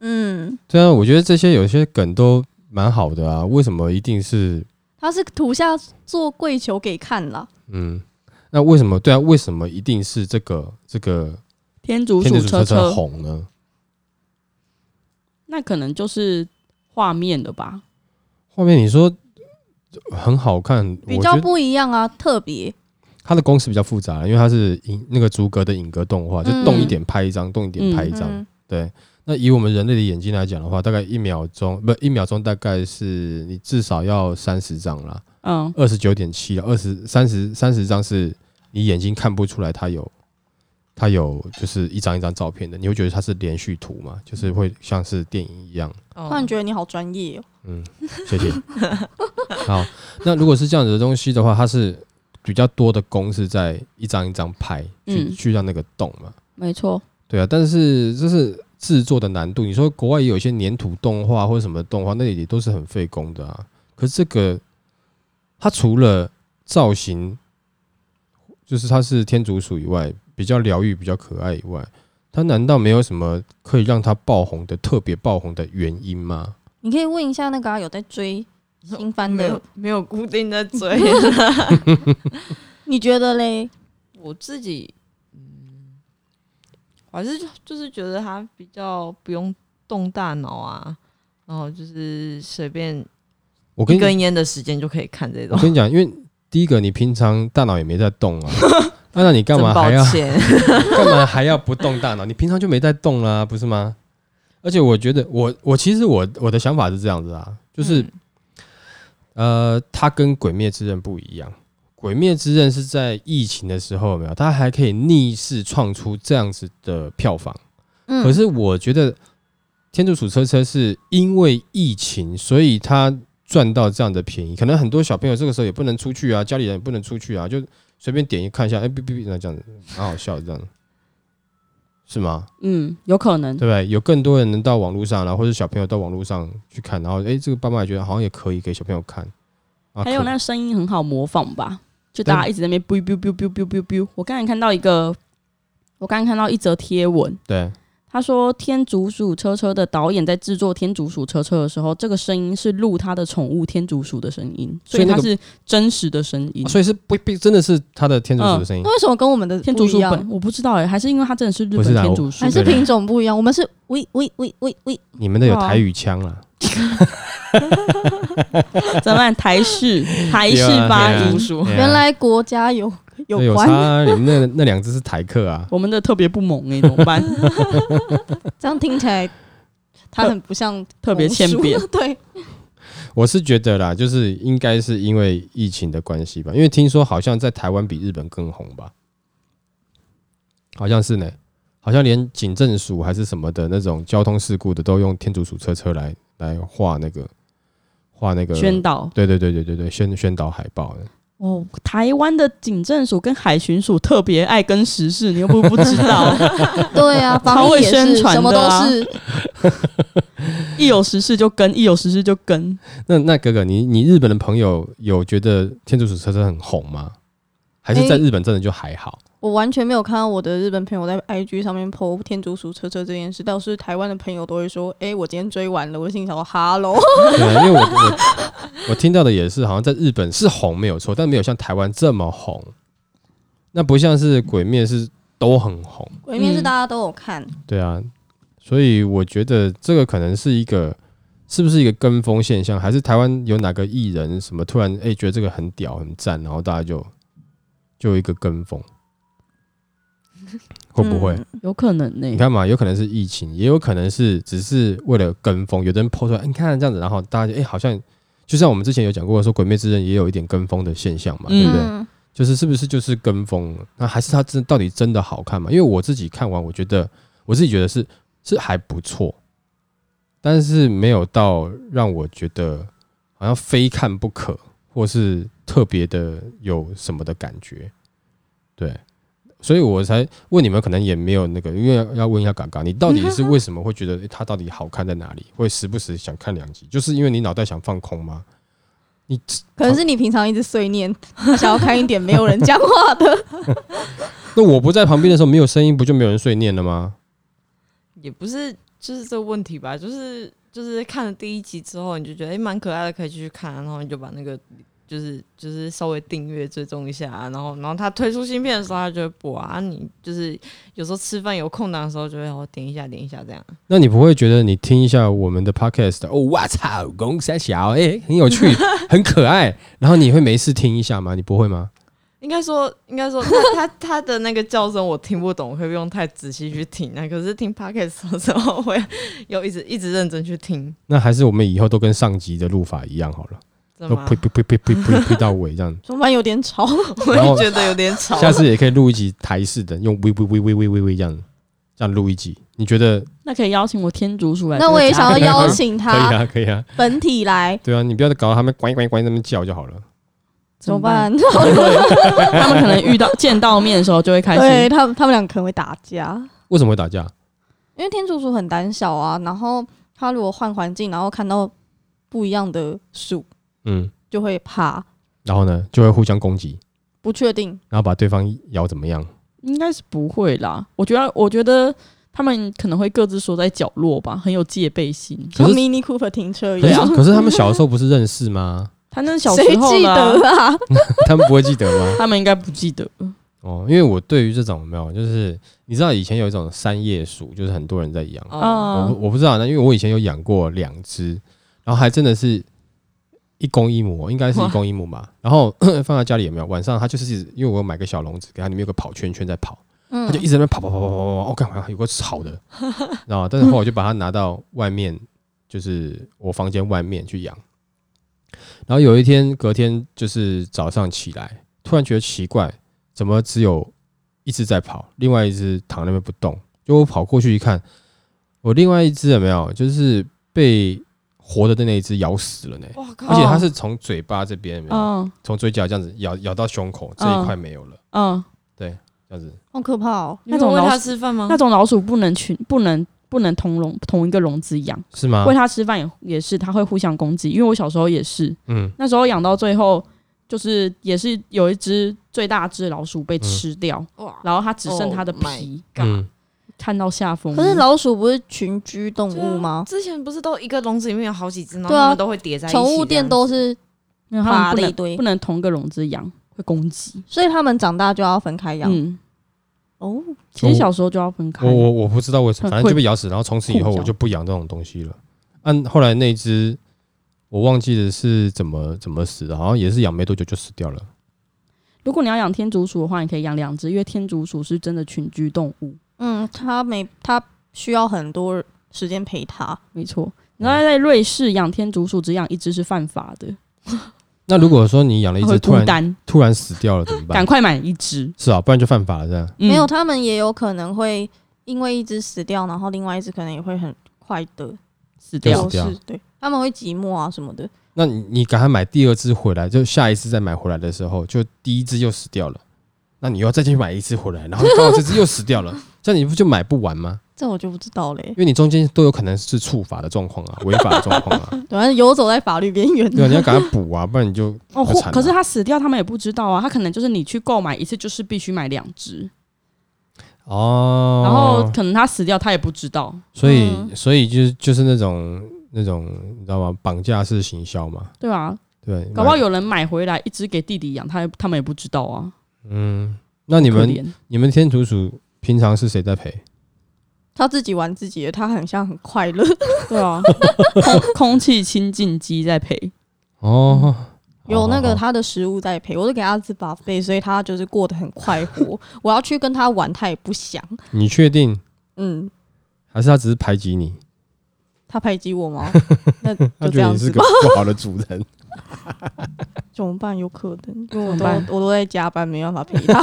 Speaker 3: 嗯，
Speaker 1: 对啊，我觉得这些有些梗都蛮好的啊，为什么一定是
Speaker 3: 他是土下座跪求给看啦。
Speaker 1: 嗯？那为什么对啊？为什么一定是这个这个
Speaker 2: 天竺
Speaker 1: 天
Speaker 2: 鼠
Speaker 1: 竺鼠车车
Speaker 2: 车，
Speaker 1: 红呢？
Speaker 2: 那可能就是画面的吧？
Speaker 1: 后面你说很好看，
Speaker 3: 比
Speaker 1: 我
Speaker 3: 较
Speaker 1: 觉得
Speaker 3: 不一样啊，特别。
Speaker 1: 它的公式比较复杂，因为它是影那个逐格的影格动画，就
Speaker 3: 嗯
Speaker 1: 动一点拍一张，动一点拍一张。
Speaker 3: 嗯，
Speaker 1: 对，那以我们人类的眼睛来讲的话，大概一秒钟不一秒钟大概是你至少要三十张啦，
Speaker 2: 嗯，
Speaker 1: 二十九点七啊啦，二十三十三十张是你眼睛看不出来它有它有就是一张一张照片的，你会觉得它是连续图嘛，就是会像是电影一样。
Speaker 4: 哦
Speaker 3: 突然觉得你好专业哦。
Speaker 1: 嗯，谢谢。好，那如果是这样子的东西的话，它是比较多的功是在一张一张拍，去、
Speaker 2: 嗯
Speaker 1: 去让那个动嘛。
Speaker 2: 没错，
Speaker 1: 对啊，但是这是制作的难度。你说国外也有一些粘土动画或者什么动画，那也都是很费工的啊。可是这个，它除了造型，就是它是天竺鼠以外，比较疗愈、比较可爱以外，它难道没有什么可以让它爆红的特别爆红的原因吗？
Speaker 3: 你可以问一下那个啊有在追新番
Speaker 4: 没
Speaker 3: 的
Speaker 4: 有，没有固定的嘴，
Speaker 3: 你觉得嘞？
Speaker 4: 我自己，嗯，我还是就就是觉得他比较不用动大脑啊，然后就是随便
Speaker 1: 我跟
Speaker 4: 一
Speaker 1: 你
Speaker 4: 根烟的时间就可以看这
Speaker 1: 我
Speaker 4: 种，
Speaker 1: 跟你讲，因为第一个你平常大脑也没在动啊， <laughs> 那那你干嘛
Speaker 4: 真
Speaker 1: 还要
Speaker 4: 抱歉， <laughs>
Speaker 1: 干嘛还要不动大脑？你平常就没在动啦、 <laughs> 不是吗？而且我觉得我，我其实我我的想法是这样子啊，就是、
Speaker 4: 嗯
Speaker 1: 呃，它跟《鬼灭之刃》不一样，《鬼灭之刃》是在疫情的时候有没有，它还可以逆势创出这样子的票房。
Speaker 3: 嗯，
Speaker 1: 可是我觉得《天竺鼠车车》是因为疫情，所以他赚到这样的便宜。可能很多小朋友这个时候也不能出去啊，家里人也不能出去啊，就随便点一看一下，哎、哔哔哔，那这样子蛮好笑的，这样是吗？
Speaker 2: 嗯，有可能
Speaker 1: 对，不对？有更多人能到网络上，然后或者小朋友到网络上去看，然后哎、这个爸妈也觉得好像也可以给小朋友看。啊
Speaker 2: 还有
Speaker 1: 可嗯
Speaker 2: 那个声音很好模仿吧？就大家一直在那边 biu biu biu biu biu biu biu。我刚才看到一个，我刚才看到一则贴文，
Speaker 1: 对，啊
Speaker 2: 他说《天竺鼠车车》的导演在制作《天竺鼠车车》的时候，这个声音是录他的宠物天竺鼠的声音，
Speaker 1: 所
Speaker 2: 所
Speaker 1: 以
Speaker 2: 以
Speaker 1: 那
Speaker 2: 它
Speaker 1: 个哦
Speaker 2: 是真实的声音。
Speaker 1: 所以是不不真的是他的天竺鼠的
Speaker 2: 嗯
Speaker 1: 声音
Speaker 3: 那，为什么跟我们的
Speaker 2: 天
Speaker 3: 不
Speaker 2: 竺鼠
Speaker 3: 一样
Speaker 2: 本我不知道哎、还是因为它真的是日
Speaker 1: 不
Speaker 2: 本
Speaker 1: 是啦
Speaker 2: <laughs> 天竺鼠
Speaker 3: 还是
Speaker 1: 对啦
Speaker 3: 品种不一样？我们是喂喂喂喂喂喂，
Speaker 1: 你们的有台语腔啦，
Speaker 2: 咱们台式台
Speaker 1: <laughs>
Speaker 2: 式
Speaker 1: 对啊
Speaker 2: 哎吧
Speaker 1: 对啊
Speaker 2: 竹鼠，
Speaker 1: 对啊哎
Speaker 3: 原来国家有有
Speaker 1: 那有
Speaker 3: 关，
Speaker 1: 差，你们那那两只是台客啊，
Speaker 2: 我们的特别不猛哎、怎么
Speaker 1: <laughs>
Speaker 2: 办？
Speaker 3: 这样听起来它很不像
Speaker 2: 特别欠扁
Speaker 3: 红薯 <laughs> 对，
Speaker 1: 我是觉得啦，就是应该是因为疫情的关系吧，因为听说好像在台湾比日本更红吧，好像是呢，好像连警政署还是什么的那种交通事故的都用天竺鼠车车来来画那个画那个
Speaker 2: 宣，导
Speaker 1: 对对对对对对宣宣导海报的，
Speaker 2: 哦，台湾的警政署跟海巡署特别爱跟时事，你又不不知道，
Speaker 3: 对 <laughs> 啊，防
Speaker 2: 超
Speaker 3: 疫
Speaker 2: 会
Speaker 3: 也
Speaker 2: 宣
Speaker 3: 是
Speaker 2: 传
Speaker 3: 什么
Speaker 2: 的
Speaker 3: 都
Speaker 2: 啊
Speaker 3: 是
Speaker 2: 一有时事就跟，一有时事就跟。
Speaker 1: 那那哥哥，你你日本的朋友有觉得天竺鼠车车很红吗？还是在
Speaker 3: 诶
Speaker 1: 日本真的就还好？
Speaker 3: 我完全没有看到我的日本朋友在 IG 上面 PO 天竺鼠车车这件事，倒是台湾的朋友都会说：“哎、我今天追完了。”我心里想说：“Hello， <laughs>
Speaker 1: <laughs> 对啊，因为我我我听到的也是，好像在日本是红没有错，但没有像台湾这么红。那不像是《鬼灭》是都很红，
Speaker 3: 鬼面是大家都有看，
Speaker 1: 对啊。所以我觉得这个可能是一个，是不是一个跟风现象，还是台湾有哪个艺人什么突然哎、觉得这个很屌很赞，然后大家就就有一个跟风， <laughs> 会不会？
Speaker 3: 嗯
Speaker 2: <laughs> 有可能呢、
Speaker 1: 你看嘛，有可能是疫情，也有可能是只是为了跟风，有的人 PO 出来，哎你看这样子，然后大家就哎、好像就像我们之前有讲过说，《鬼灭之刃》也有一点跟风的现象嘛，对不对？
Speaker 3: 嗯
Speaker 1: 就是是不是就是跟风了？那还是它真到底真的好看吗？因为我自己看完，我觉得我自己觉得是是还不错，但是没有到让我觉得好像非看不可，或是特别的有什么的感觉。对，所以我才问你们，可能也没有那个，因为要问一下嘎嘎，你到底是为什么会觉得诶它到底好看在哪里？会时不时想看两集，就是因为你脑袋想放空吗？你
Speaker 3: 可能是你平常一直碎
Speaker 1: <laughs>
Speaker 3: 念，想要看一点没有人讲话的。
Speaker 1: 那我不在旁边的时候没有声音，不就没有人碎念了吗？
Speaker 4: 也不是就是这个问题吧，就是就是看了第一集之后，你就觉得哎蛮、可爱的，可以继续看，然后你就把那个就是就是稍微订阅追踪一下啊，然后然后他推出新片的时候，他就会播啊，啊你就是有时候吃饭有空档的时候就会哦点一下点一下这样，
Speaker 1: 那你不会觉得你听一下我们的 podcast，哦，哇操，公三小，哎、很有趣，很可爱，然后你会没事听一下吗？你不会吗？
Speaker 4: 应该说，应该说他 <laughs> 他他的那个叫声我听不懂，我会不用太仔细去听啊。可是听 podcast 的时候，会要一直一直认真去听，
Speaker 1: 那还是我们以后都跟上集的录法一样好了，
Speaker 4: 知道
Speaker 1: 都
Speaker 4: 吗
Speaker 1: 呸？呸呸呸呸呸呸到尾这样，
Speaker 3: 中班有点吵，
Speaker 4: <laughs> 我
Speaker 1: 然
Speaker 4: 也
Speaker 1: 后
Speaker 4: 觉得有点吵。
Speaker 1: 下次也可以录一集台式的，用喂喂喂喂喂喂喂这样，这样录一集，你觉得可
Speaker 2: 那可以邀请我天竺鼠来这
Speaker 3: 那
Speaker 2: 个家。
Speaker 3: 我也想要邀请
Speaker 1: 以
Speaker 3: 他
Speaker 1: 啊，可以啊，
Speaker 3: 本体来，
Speaker 1: 对啊，你不要搞到他们呱呱呱那边叫就好了。
Speaker 3: 怎么办？
Speaker 2: 他们可能遇到见到面的时候就会 <laughs> 开
Speaker 3: 啊对
Speaker 2: 始
Speaker 3: 他们，他们俩可能会打架，
Speaker 1: 为什么会打架？
Speaker 3: 因为天竺鼠很胆小啊。然后它如果换环境，然后看到不一样的鼠，
Speaker 1: 嗯，
Speaker 3: 就会怕。
Speaker 1: 然后呢，就会互相攻击，
Speaker 3: 不确定，
Speaker 1: 然后把对方咬怎么样？
Speaker 2: 应该是不会啦。我觉得，我觉得他们可能会各自缩在角落吧，很有戒备心。
Speaker 1: 可
Speaker 3: 像
Speaker 1: 是
Speaker 3: Mini Cooper 停车一
Speaker 1: 可是、
Speaker 3: 样。
Speaker 1: 可是他们小时候不是认识吗？
Speaker 2: 他那小
Speaker 3: 谁
Speaker 2: 时候
Speaker 3: 记
Speaker 2: 呢、
Speaker 3: 得啊？
Speaker 1: 他们不会记得吗？
Speaker 2: 他们应该不记得。
Speaker 1: 哦，因为我对于这种有没有，就是你知道以前有一种三叶鼠，就是很多人在养，
Speaker 4: 哦，
Speaker 1: 我
Speaker 2: 嗯
Speaker 1: 不我不知道，那因为我以前有养过两只，然后还真的是一公一母哦，应该是一公一母吧。然后 <coughs> 放在家里也没有，晚上它就是因为我有买个小笼子，给它里面有个跑圈圈在跑，
Speaker 3: 嗯
Speaker 1: 它就一直在那边跑跑跑跑跑跑，我、哦、干嘛有个吵的，然后但是后来我就把它拿到外面，就是我房间外面去养。然后有一天，隔天就是早上起来，突然觉得奇怪，怎么只有一只在跑，另外一只躺那边不动？就我跑过去一看，我另外一只有没有，就是被活的那一只咬死了呢。
Speaker 4: 我靠！
Speaker 1: 而且它是从嘴巴这边有没有，
Speaker 2: 嗯
Speaker 1: 从嘴角这样子咬咬到胸口这一块没有了，
Speaker 2: 嗯，
Speaker 1: 这样子。
Speaker 3: 好可怕哦！
Speaker 4: 那
Speaker 2: 那
Speaker 4: 种
Speaker 2: 种
Speaker 4: 喂
Speaker 2: 老
Speaker 4: 他
Speaker 2: 鼠
Speaker 4: 吃饭吗？
Speaker 2: 那种老鼠不能群，不能不能同笼同一个笼子养，
Speaker 1: 是吗
Speaker 2: 喂？它吃饭也也是，它会互相攻击。因为我小时候也是，
Speaker 1: 嗯，
Speaker 2: 那时候养到最后，就是也是有一只最大只的老鼠被吃掉，
Speaker 4: 哇，
Speaker 2: 然后它只剩它的
Speaker 4: Oh my
Speaker 2: 皮，
Speaker 4: God
Speaker 1: 嗯，
Speaker 2: 看到下风。
Speaker 3: 可是老鼠不是群居动物吗？
Speaker 4: 之前不是都一个笼子里面有好几只，然后
Speaker 3: 对啊
Speaker 4: 它们都会叠在一起这样子。
Speaker 3: 宠物店都是，
Speaker 2: 没有它
Speaker 3: 爬
Speaker 2: 们不
Speaker 3: 了一
Speaker 2: 能
Speaker 3: 堆
Speaker 2: 不能同一个笼子养，会攻击。
Speaker 3: 所以它们长大就要分开养。
Speaker 2: 嗯，
Speaker 3: 哦，
Speaker 2: 其实小时候就要分开
Speaker 1: 我。我我不知道为什么，
Speaker 2: 很
Speaker 1: 反正就被咬死，然后从此以后
Speaker 2: 困
Speaker 1: 我
Speaker 2: 扰
Speaker 1: 就不养这种东西了。按、后来那只我忘记的是怎么怎么死的，好像也是养没多久就死掉了。
Speaker 2: 如果你要养天竺鼠的话，你可以养两只，因为天竺鼠是真的群居动物，
Speaker 3: 嗯，他没他需要很多时间陪他，
Speaker 2: 没错。
Speaker 1: 嗯
Speaker 2: 你知道在瑞士养天竺鼠只养一只是犯法的，
Speaker 1: 那如果说你养了一
Speaker 2: 它
Speaker 1: 只
Speaker 2: 会
Speaker 1: 突
Speaker 2: 孤
Speaker 1: 然
Speaker 2: 单，
Speaker 1: 突然死掉了怎么
Speaker 2: 赶
Speaker 1: 办？
Speaker 2: 快买一只。
Speaker 1: 是啊，不然就犯法了这样。
Speaker 2: 嗯
Speaker 3: 没有，他们也有可能会因为一只死掉，然后另外一只可能也会很快的
Speaker 2: 死
Speaker 1: 对
Speaker 2: 掉
Speaker 1: 死，掉
Speaker 3: 是对，他们会寂寞啊什么的。
Speaker 1: 那你你赶快买第二只回来，就下一次再买回来的时候，就第一只又死掉了，那你又要再去买一只回来，然后刚好这只又死掉了，这样你不就买不完吗？
Speaker 3: 这我就不知道嘞
Speaker 1: 因，为你中间都有可能是触法的状况啊，违法的状况啊，
Speaker 3: 反正游走在法律边缘。
Speaker 1: 对啊，你要赶快补啊，不然你就好
Speaker 2: 哦，或
Speaker 1: 惨啊
Speaker 2: 可是它死掉，他们也不知道啊。它可能就是你去购买一次，就是必须买两只，
Speaker 1: 哦。
Speaker 2: 然后可能它死掉，它也不知道。
Speaker 1: 所以
Speaker 3: 嗯
Speaker 1: 所以就是就是那种那种你知道吗？绑架式行销嘛，
Speaker 2: 对啊，
Speaker 1: 对，
Speaker 2: 搞不好有人买回来一只给弟弟养，他也他们也不知道啊。
Speaker 1: 嗯。那你们
Speaker 2: 可怜
Speaker 1: 你们天竺鼠平常是谁在陪？
Speaker 3: 他自己玩自己的，他很像很快
Speaker 1: <laughs>
Speaker 3: 乐。
Speaker 2: 对啊， <laughs> 空空气清净机在陪，
Speaker 1: 哦，
Speaker 3: 有那个
Speaker 1: 哦
Speaker 3: 他的食物在陪，我就给他吃 buffet，所以他就是过得很快活。我要去跟他玩，他也不想。
Speaker 1: 你确定
Speaker 3: 嗯，
Speaker 1: 还是他只是排挤你？
Speaker 3: 他排挤
Speaker 1: <laughs>
Speaker 3: 我吗？那
Speaker 1: 他
Speaker 3: 就这
Speaker 1: 觉得
Speaker 3: 样
Speaker 1: 你
Speaker 3: 子
Speaker 1: 是
Speaker 3: 吧 <laughs>
Speaker 1: 个。不好的主人。 <laughs>
Speaker 3: 怎么办？有可能，因为我
Speaker 2: 怎么
Speaker 3: 都
Speaker 2: 办
Speaker 3: 我都在加班，没办法陪他。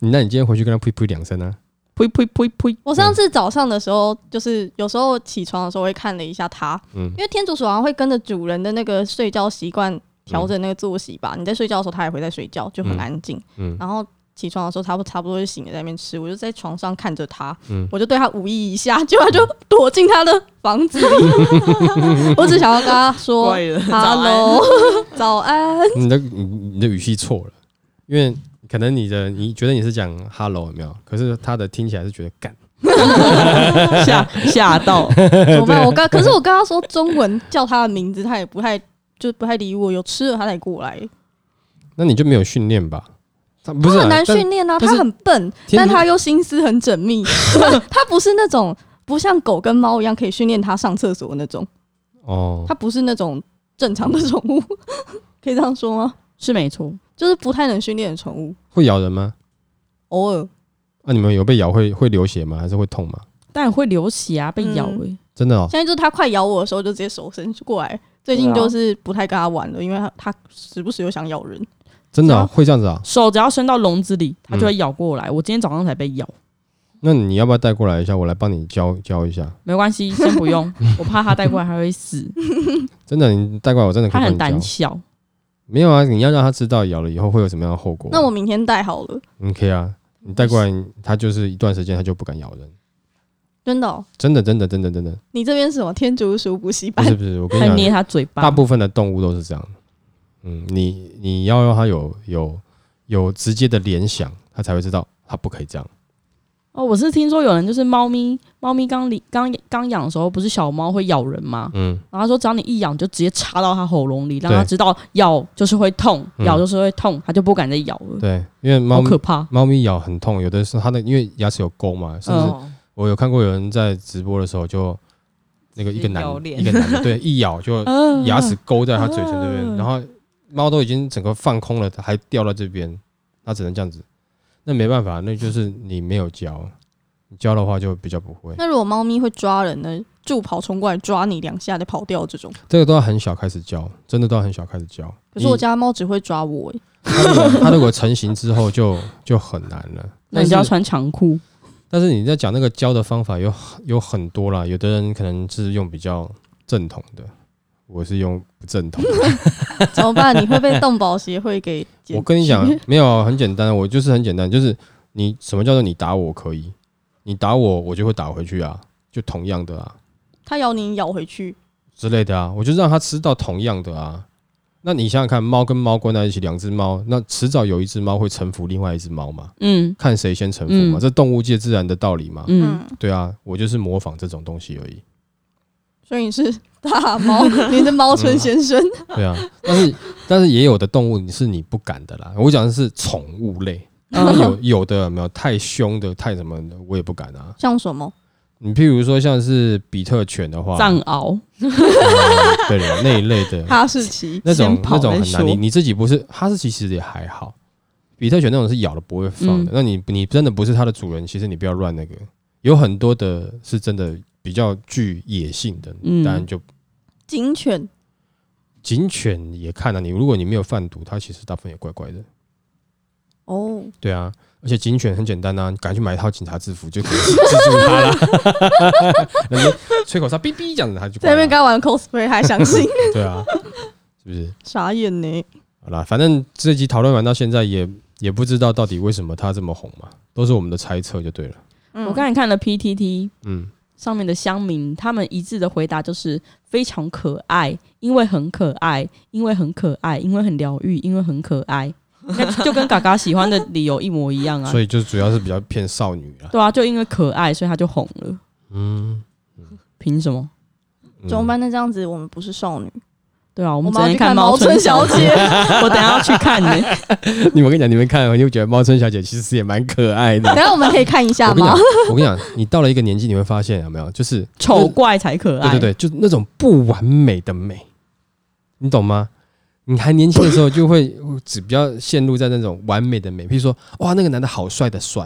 Speaker 1: 你那你今天回去跟他呸呸两声
Speaker 3: <laughs>
Speaker 1: 啊？
Speaker 2: 呸呸呸呸！
Speaker 3: 我上次早上的时候，就是有时候起床的时候会看了一下它，
Speaker 1: 嗯
Speaker 3: 因为天竺鼠好像会跟着主人的那个睡觉习惯调整那个作息吧。你在睡觉的时候，它也会在睡觉，就很安静。
Speaker 1: 嗯嗯
Speaker 3: 然后起床的时候，差不差不多就醒了，在那边吃。我就在床上看着它，
Speaker 1: 嗯
Speaker 3: 我就对它无意一下， <laughs> 结果它就躲进它的房子里。 <laughs> 我只想要跟它说
Speaker 2: 人，
Speaker 3: ：“Hello，早
Speaker 1: <laughs>
Speaker 3: 安。
Speaker 1: 你的你你的语气错了，因为可能你的你觉得你是讲 hello 有没有？可是他的听起来是觉得干。
Speaker 2: 吓吓到。
Speaker 3: 怎么办？我刚可是我跟他说中文，叫他的名字，他也不太就是不太理我。有吃了他才过来，
Speaker 1: 那你就没有训练吧？他不是
Speaker 3: 他
Speaker 1: 啊
Speaker 3: 很难
Speaker 1: 但
Speaker 3: 训练啊，
Speaker 1: 但是
Speaker 3: 他很笨，
Speaker 1: 天
Speaker 3: 但他又心思很缜
Speaker 1: <laughs>
Speaker 3: 密，他他不是那种不像狗跟猫一样可以训练它上厕所的那种，
Speaker 1: 哦，
Speaker 3: 它不是那种正常的宠物，可以这样说吗？ <laughs>
Speaker 2: 是没错，
Speaker 3: 就是不太能训练的宠物，
Speaker 1: 会咬人吗？
Speaker 3: 偶尔
Speaker 1: 那、你们有被咬会会流血吗？还是会痛吗？
Speaker 2: 但会流血啊，被咬
Speaker 3: 嗯
Speaker 2: 欸
Speaker 1: 真的哦，
Speaker 3: 现在就是它快咬我的时候就直接手伸过来。最
Speaker 2: 对
Speaker 3: 近
Speaker 2: 啊
Speaker 3: 就是不太跟它玩了，因为它它时不时又想咬人。
Speaker 1: 真的、
Speaker 2: 是
Speaker 1: 哦、
Speaker 2: 啊
Speaker 1: 会这样子啊？
Speaker 2: 手只要伸到笼子里，它
Speaker 1: 嗯
Speaker 2: 就会咬过来。我今天早上才被咬，
Speaker 1: 那你要不要带过来一下？我来帮你教教一下。
Speaker 2: 没关系，先
Speaker 1: <laughs>
Speaker 2: 不用，我怕它带过来它会死。
Speaker 1: 真的，你带过来，我真的可
Speaker 2: 它
Speaker 1: 以帮
Speaker 2: 很
Speaker 1: 你教
Speaker 2: 胆。小，
Speaker 1: 没有啊，你要让他知道咬了以后会有什么样的后果。
Speaker 3: 那我明天带好了，
Speaker 1: 你可以啊，你带过来，他就是一段时间他就不敢咬人。
Speaker 3: 真的哦、
Speaker 1: 真的，真的，真的，真的，
Speaker 3: 你这边是什么天竺鼠补习
Speaker 1: 不
Speaker 2: 哎
Speaker 3: 班？
Speaker 1: <laughs> 是不是，我跟
Speaker 2: 它
Speaker 1: 你
Speaker 2: 捏
Speaker 1: 讲，
Speaker 2: 它嘴
Speaker 1: 大
Speaker 2: 巴。
Speaker 1: 部分的动物都是这样。嗯，你你要让它有有有直接的联想，它才会知道它不可以这样。
Speaker 2: 哦，我是听说有人就是猫咪，猫咪刚领刚刚养的时候，不是小猫会咬人吗？
Speaker 1: 嗯，
Speaker 2: 然后他说只要你一咬，你就直接插到它喉咙里，让
Speaker 1: 对
Speaker 2: 它知道咬就是会痛，
Speaker 1: 嗯
Speaker 2: 咬就是会痛，它就不敢再咬了。
Speaker 1: 对，因为猫
Speaker 2: 好
Speaker 1: 咪
Speaker 2: 可怕！
Speaker 1: 猫咪咬很痛，有的是它的因为牙齿有沟嘛，甚
Speaker 2: 嗯
Speaker 1: 至
Speaker 4: 哦
Speaker 1: 我有看过有人在直播的时候就那个一个男
Speaker 4: 咬脸
Speaker 1: 一个男的，对，一咬
Speaker 2: <laughs>
Speaker 1: 就
Speaker 2: 嗯
Speaker 1: 呃牙齿勾在他嘴唇这边，
Speaker 2: 啊
Speaker 1: 然后猫都已经整个放空了，还掉到这边，它只能这样子。那没办法，那就是你没有教，你教的话就比较不会。
Speaker 3: 那如果猫咪会抓人呢？助跑冲过来抓你两下再跑掉这种。
Speaker 1: 这个都要很小开始教，真的都要很小开始教。
Speaker 3: 可是我
Speaker 1: 你
Speaker 3: 家猫只会抓我、欸，
Speaker 1: 它如果它如果成型之后就就很难了。
Speaker 2: 那你就要穿长裤，
Speaker 1: 但是你在讲那个教的方法有有很多啦，有的人可能是用比较正统的，我是用不正统的。
Speaker 3: <laughs> 怎么办？你会被动保协会给检举
Speaker 1: 我跟你讲，没有啊很简单，我就是很简单，就是你什么叫做你打我可以，你打我我就会打回去啊，就同样的啊
Speaker 3: 它咬你咬回去，
Speaker 1: 之类的啊，我就让它吃到同样的啊。那你想想看，猫跟猫关在一起，两只猫，那迟早有一只猫会臣服另外一只猫嘛？
Speaker 2: 嗯
Speaker 1: 看谁先臣服嘛，
Speaker 2: 嗯
Speaker 1: 这动物界自然的道理嘛。
Speaker 2: 嗯，
Speaker 3: 嗯，
Speaker 1: 对啊，我就是模仿这种东西而已。
Speaker 3: 所以你是大 <laughs> 猫，你是猫村先生，
Speaker 1: 对啊，但是但是也有的动物你是你不敢的啦。我讲的是宠物类，
Speaker 2: 嗯
Speaker 1: 有有的有没有太凶的太什么的，我也不敢啊。
Speaker 3: 像什么？
Speaker 1: 你譬如说像是比特犬的话，
Speaker 2: 藏獒，
Speaker 1: 嗯对的那一类的，
Speaker 3: 哈士奇，
Speaker 1: 那种
Speaker 2: 先跑
Speaker 1: 那种
Speaker 2: 再
Speaker 1: 很难，你
Speaker 2: 说
Speaker 1: 你自己不是哈士奇，其实也还好。比特犬那种是咬了不会放的，
Speaker 2: 嗯
Speaker 1: 那你你真的不是它的主人，其实你不要乱那个。有很多的是真的比较具野性的，
Speaker 2: 嗯
Speaker 1: 当然就
Speaker 3: 警犬，
Speaker 1: 警犬也看了、啊你，如果你没有贩毒，它其实大部分也怪怪的。
Speaker 3: 哦，
Speaker 1: 对啊，而且警犬很简单啊，你赶快去买一套警察制服就可以制住它了。 <laughs> 那你吹口哨，哔哔这样子，它就
Speaker 3: 在那边
Speaker 1: 过来
Speaker 3: 该玩 cosplay 还相 <laughs> 信，
Speaker 1: 了对啊，是不是？
Speaker 3: 傻眼呢。
Speaker 1: 好啦，反正这集讨论完到现在也也不知道到底为什么他这么红嘛，都是我们的猜测就对了。
Speaker 3: 嗯
Speaker 2: 我刚才看了 PTT
Speaker 1: 嗯，
Speaker 2: 上面的乡民，他们一致的回答就是非常可爱，因为很可爱，因为很可爱，因为很疗愈，因为很可爱。那就就跟嘎嘎喜欢的理由一模一样啊
Speaker 1: 所，以就主要是比较偏少女啊。
Speaker 2: 对啊，就因为可爱，所以他就红了，
Speaker 1: 嗯，
Speaker 2: 凭什么？
Speaker 1: 嗯
Speaker 3: 怎么办？那这样子我们不是少女，
Speaker 2: 对啊，我
Speaker 3: 我
Speaker 2: 们
Speaker 3: 们
Speaker 2: 昨
Speaker 3: 要
Speaker 2: 天
Speaker 3: 去看
Speaker 2: 毛
Speaker 3: 毛
Speaker 2: 村
Speaker 3: 村小 <laughs>
Speaker 2: 姐，
Speaker 3: 姐。
Speaker 2: 我等一下要去看呢、
Speaker 1: <laughs>
Speaker 3: <laughs>
Speaker 1: 你们我跟你讲，你们看，你会觉得猫村小姐其实也蛮可爱的
Speaker 3: 等。下我们可以看一下
Speaker 1: 我跟你
Speaker 3: 吗
Speaker 1: 讲？，我跟你讲，你到了一个年纪，你会发现有没有，就是
Speaker 2: 丑怪才可
Speaker 1: 对
Speaker 2: 爱。
Speaker 1: 对对，就是那种不完美的美，你懂吗？你还年轻的时候，就会只比较陷入在那种完美的美，譬如说，哇，那个男的好帅的帅，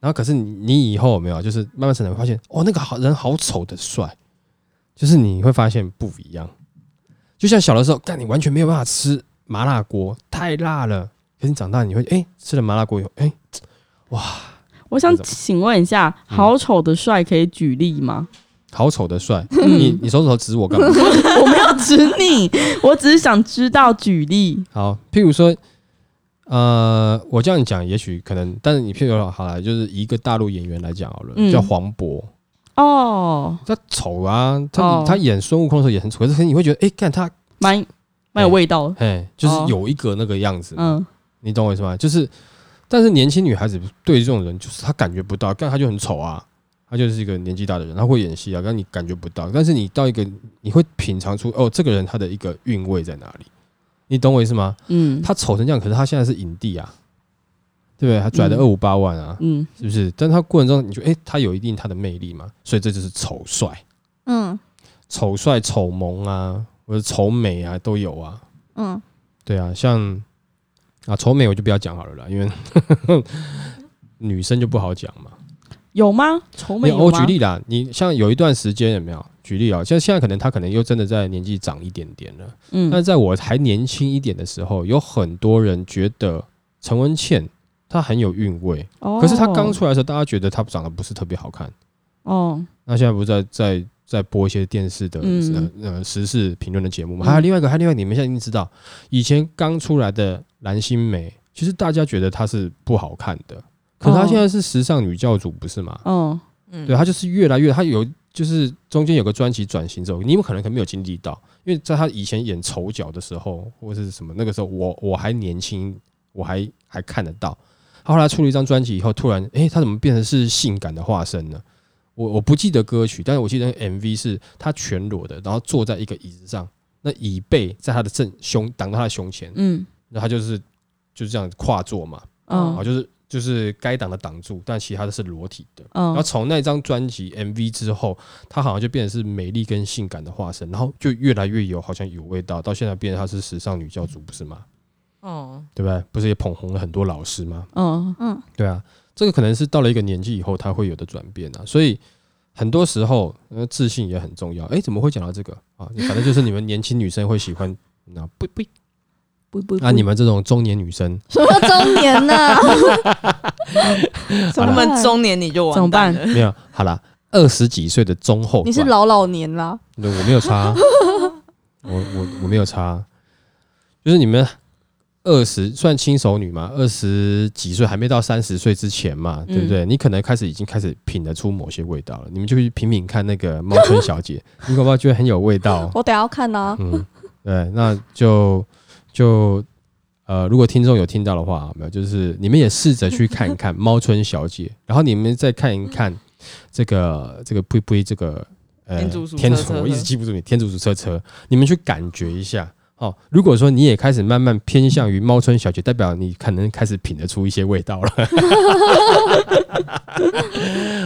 Speaker 1: 然后可是你你以后有没有，就是慢慢成长会发现，哦，那个好人好丑的帅，就是你会发现不一样。就像小的时候，干你完全没有办法吃麻辣锅，太辣了。可是你长大，你会哎、吃了麻辣锅以后，哎、
Speaker 2: 我想请问一下，
Speaker 1: 嗯
Speaker 2: 好丑的帅可以举例吗？ <laughs>
Speaker 1: 好丑的帅，你你手指头指我干嘛？
Speaker 2: 我没有指你，我只是想知道举例。
Speaker 1: 好，譬如说，呃，我这样讲，也许可能，但是你譬如说好了，就是以一个大陆演员来讲好了，
Speaker 2: 嗯
Speaker 1: 叫黄渤，
Speaker 2: 哦，
Speaker 1: 他丑啊，他、
Speaker 2: 哦
Speaker 1: 他演孙悟空的时候也很丑，可是你会觉得，哎、看他，
Speaker 2: 蛮蛮有味道的。
Speaker 1: 哎，就是
Speaker 2: 哦
Speaker 1: 有一个那个样子，
Speaker 2: 嗯，
Speaker 1: 你懂我意思吗？就是，但是年轻女孩子对这种人，就是她感觉不到，但她就很丑啊。她就是一个年纪大的人，她会演戏啊，但你感觉不到。但是你到一个，你会品尝出哦，这个人他的一个韵味在哪里？你懂我意思吗？
Speaker 2: 嗯，
Speaker 1: 他丑成这样，可是他现在是影帝啊，对不对？他拽了
Speaker 2: 嗯
Speaker 1: 二五八万啊，
Speaker 2: 嗯，
Speaker 1: 是不是？但他过程中，你就哎、诶他有一定他的魅力嘛，所以这就是丑帅、
Speaker 3: 嗯
Speaker 1: 丑帅、丑萌啊，或者丑美啊，都有啊。
Speaker 3: 嗯，
Speaker 1: 对啊，像啊丑美我就不要讲好了啦，因为 <laughs> 女生就不好讲嘛。
Speaker 2: 有吗？丑
Speaker 1: 没
Speaker 2: 美
Speaker 1: 有，
Speaker 2: 有
Speaker 1: 我
Speaker 2: 吗
Speaker 1: 举例啦，你像有一段时间有没有？举例啊，像现在可能他可能又真的在年纪长一点点了。但
Speaker 2: 嗯
Speaker 1: 是在我还年轻一点的时候，有很多人觉得陈文茜她很有韵味，
Speaker 2: 哦
Speaker 1: 可是她刚出来的时候，大家觉得她长得不是特别好看。
Speaker 2: 哦，
Speaker 1: 那现在不是在在在播一些电视的、
Speaker 2: 嗯
Speaker 1: 呃呃时事评论的节目吗？
Speaker 2: 嗯
Speaker 1: 还有另外一个，还有另外一个你们现在一定知道，以前刚出来的蓝心湄，其实大家觉得她是不好看的，可是她
Speaker 2: 哦
Speaker 1: 现在是时尚女教主，不是吗？
Speaker 2: 嗯，
Speaker 4: 嗯
Speaker 1: 对，他就是越来越，他有就是中间有个专辑转型之后，你们可能可能没有经历到，因为在他以前演丑角的时候，或是什么那个时候我，我还年轻，我还还看得到。他后来出了一张专辑以后，突然，诶，他怎么变成是性感的化身呢？我我不记得歌曲，但是我记得那个 MV 是他全裸的，然后坐在一个椅子上，那椅背在他的正胸挡到他的胸前，
Speaker 2: 嗯
Speaker 1: 那他就是就是这样跨坐嘛，啊，
Speaker 2: 嗯
Speaker 1: 就是就是该挡的挡住，但其他的是裸体的。然后
Speaker 2: 嗯，
Speaker 1: 从那张专辑 MV 之后，她好像就变成是美丽跟性感的化身，然后就越来越有好像有味道，到现在变成她是时尚女教主，不是吗？
Speaker 3: 嗯
Speaker 4: 哦，
Speaker 1: 对不对？不是也捧红了很多老师吗？
Speaker 2: 嗯
Speaker 1: 对啊，这个可能是到了一个年纪以后，她会有的转变啊。所以很多时候，呃，自信也很重要。诶，怎么会讲到这个啊？反正就是你们年轻女生会喜欢。那不不，
Speaker 2: 不不
Speaker 1: 那、你们这种中年女生，
Speaker 3: 什么中年 <laughs> 呢？
Speaker 4: 他
Speaker 3: 怎么办
Speaker 4: 们中年你就
Speaker 2: 怎么
Speaker 4: 完
Speaker 2: 办
Speaker 4: 蛋了。
Speaker 1: 没有好啦，二十几岁的中后段，
Speaker 3: 你是老老年啦，
Speaker 1: 对，我没有差啊，我我我没有差啊，就是你们二十算轻熟女嘛，二十几岁还没到三十岁之前嘛，对不对？你可能开始已经开始品得出某些味道了，你们就去品品看那个猫村小姐，你搞不好觉得很有味道哦。
Speaker 3: 我等下要看啊。
Speaker 1: 嗯，对，那就就呃，如果听众有听到的话，没有，就是你们也试着去看一
Speaker 4: <laughs>
Speaker 1: 看猫村小姐，然后你们再看一看这个这个不不这个呃
Speaker 4: 天竺鼠
Speaker 1: 天
Speaker 4: 车车
Speaker 1: 我一直记不住你天竺鼠车车，你们去感觉一下。哦，如果说你也开始慢慢偏向于猫村小姐，代表你可能开始品得出一些味道
Speaker 4: <laughs>
Speaker 1: 了，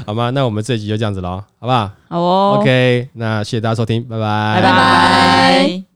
Speaker 1: 好吗？那我们这集就这样子喽，好不好、
Speaker 2: 好哦
Speaker 1: o k 那谢谢大家收听，拜拜
Speaker 2: 拜拜
Speaker 4: 拜。